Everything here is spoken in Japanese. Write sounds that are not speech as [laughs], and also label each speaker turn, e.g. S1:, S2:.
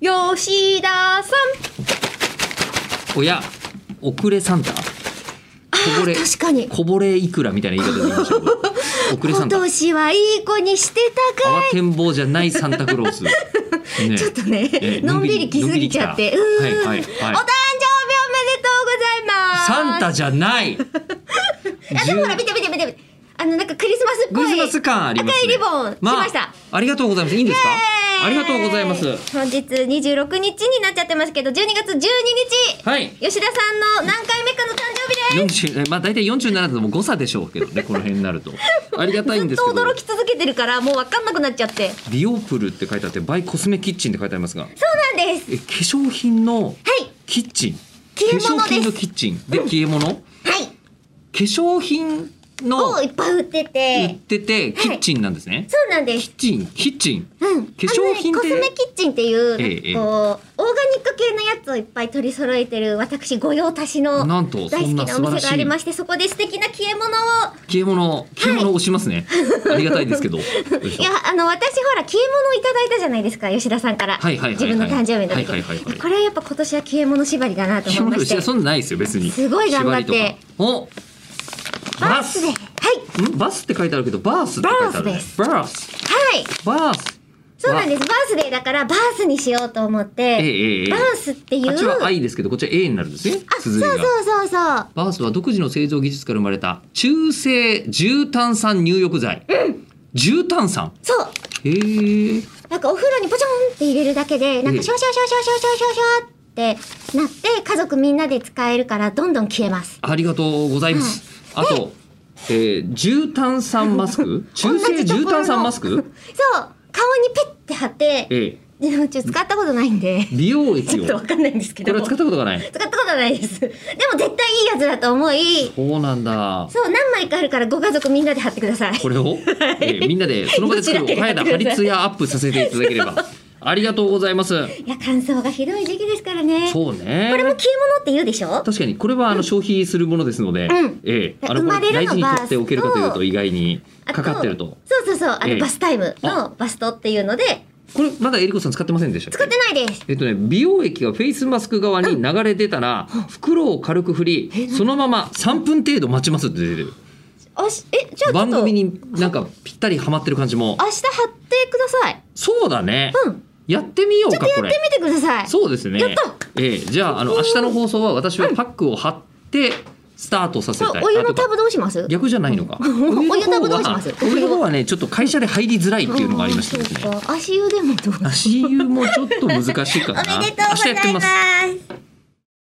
S1: 吉田さん
S2: おや遅れサンタこぼれ
S1: 確かに
S2: こぼれいくらみたいな言い方で言いましたけど
S1: [laughs]
S2: 遅れサ
S1: 今
S2: ンタ慌
S1: 年はいい子にしてたか、
S2: てんぼうじゃないサンタクロ
S1: [laughs]
S2: ース、ね、
S1: ちょっとね、
S2: え
S1: のんびり来すぎちゃって
S2: のん
S1: う
S2: びり来
S1: ん、
S2: たはいはいはい
S1: お誕生日おめでとうございます
S2: サンタじゃない
S1: あでもほら見て見て見て見てあのなんかクリスマスっぽ
S2: ク
S1: い
S2: リスマス感あります、
S1: 赤い
S2: ね、
S1: リボン来ました、
S2: あ、ありがとうございますいいんですか
S1: イエーイ
S2: ありがとうございます
S1: 本日26日になっちゃってますけど12月12日、
S2: はい
S1: 吉田さんの何回目かの誕生日です
S2: 40えまあ大体47だともう誤差でしょうけどねこの辺になるとありがたいん
S1: ずっ
S2: です
S1: と
S2: けど
S1: 驚き続けてるからもう分かんなくなっちゃってそ
S2: ディオープルって書いてあってバイコスメキッチンって書いてありますが
S1: うなんです
S2: え化粧品の
S1: はい
S2: キッチン
S1: 消え
S2: 化
S1: 物で
S2: 粧
S1: す
S2: 品のキッチンで消え物、化
S1: はい
S2: 粧品の
S1: をいっぱい売って
S2: 売っててて
S1: はい
S2: キッチンなんですね、
S1: そうなんです
S2: キッチンキッチン
S1: うん、
S2: 化粧品
S1: あのね
S2: っ
S1: コ
S2: て
S1: スメキッチンっていう、
S2: ええ
S1: こうオーガニック系のやつをいっぱい取り揃えてる私御用達の
S2: なん
S1: 大
S2: と
S1: 好
S2: そ
S1: き
S2: んな
S1: なお
S2: 素晴ら
S1: 店
S2: しい
S1: がありましてそこで素敵な消え物を
S2: 消え物消え物を押します
S1: [laughs]
S2: ね、ありがたいですけどよいしょ
S1: いやあの私ほら消え物をいただいたじゃないですか吉田さんから、
S2: はいはいはいはい
S1: 自分の誕生日の時、
S2: はいはいはいはい
S1: これはやっぱ今年は消え物縛りだなと
S2: 消え
S1: 思い
S2: 物
S1: ま
S2: い [laughs]
S1: して
S2: やそんなないですよ別に
S1: すごい頑張って
S2: 縛りとかお
S1: バースではい
S2: んバスって書いてあるけどバースって書いてあるねバース
S1: はい
S2: バース
S1: そうなんですバースデーだからバースにしようと思って、
S2: ええええええ
S1: バースっていう
S2: あっちは I ですけどこっちは A になるんですね
S1: あそう
S2: 綴
S1: そう
S2: りが
S1: そうそう
S2: バースは独自の製造技術から生まれた中性重炭酸入浴剤、重炭酸
S1: そう
S2: へえ
S1: なんかお風呂にポチョンって入れるだけで、なんかシャワシャワシャワシャワシャワシャワシャワってなって、家族みんなで使えるからどんどん消えます。
S2: ありがとうございます、あと、えー、重炭酸マス
S1: [laughs]
S2: ク中性重炭酸マス
S1: 同じ
S2: ク
S1: ところのそう、顔にペッて貼って、
S2: ええ
S1: でもちょっと使ったことないんで、
S2: 美容液
S1: ちょ
S2: を
S1: っとわ
S2: こ
S1: かんないんですけ
S2: れ
S1: ど。
S2: は使ったことがない
S1: 使ったことないです。でも絶対いいやつだと思い、
S2: そうなんだ
S1: そう、何枚かあるからご家族みんなで貼ってください。[laughs]
S2: これを、えーみんなでその場で作るお肌貼りツヤアップさせていただけ
S1: [laughs]
S2: ればありがとうございます
S1: いや、乾燥がひどい時期ですからね。こ
S2: そうね
S1: れも消え物って言うでしょ
S2: 確かにこれはあの消費するものですので、
S1: うん
S2: ええあの
S1: 生まれるの
S2: 大事に
S1: バースと
S2: 取っておけるかというと意外に
S1: あ
S2: かかってると
S1: そうそうそう、あ
S2: ええ
S1: の、バスタイム
S2: あ
S1: のバストっていうので、
S2: これまだエリコさん使ってませんでしたっけ
S1: 使ってないです。
S2: えっとね、美容液がフェイスマスク側に流れ出たら、袋を軽く振りそのまま3分程度待ちますって出てる
S1: あしえじゃあちょっと
S2: 番組になんかぴったりはまってる感じも
S1: 明日貼ってください
S2: そうだね、
S1: うん
S2: やってみよう
S1: ちょっ
S2: か
S1: とや
S2: こ
S1: っ
S2: れ
S1: てみてください
S2: そうですね
S1: やった
S2: ええじゃああの明日の放送は私はパックを貼ってスタートさせ
S1: そ
S2: た
S1: れ
S2: い
S1: お湯
S2: あ
S1: の
S2: とか
S1: タブどうします
S2: 逆じゃないのか。お
S1: [laughs] お湯のタブどうし
S2: は
S1: ます、
S2: お湯の方はね、ちょっと会社で入りづらいっていうのがありました
S1: [laughs] あ
S2: で
S1: ー
S2: す
S1: そ
S2: ね。
S1: うか足湯でもどう
S2: 足湯もちょっと難しいかな。
S1: おめでとうござい
S2: 明日やって
S1: ま
S2: ます
S1: す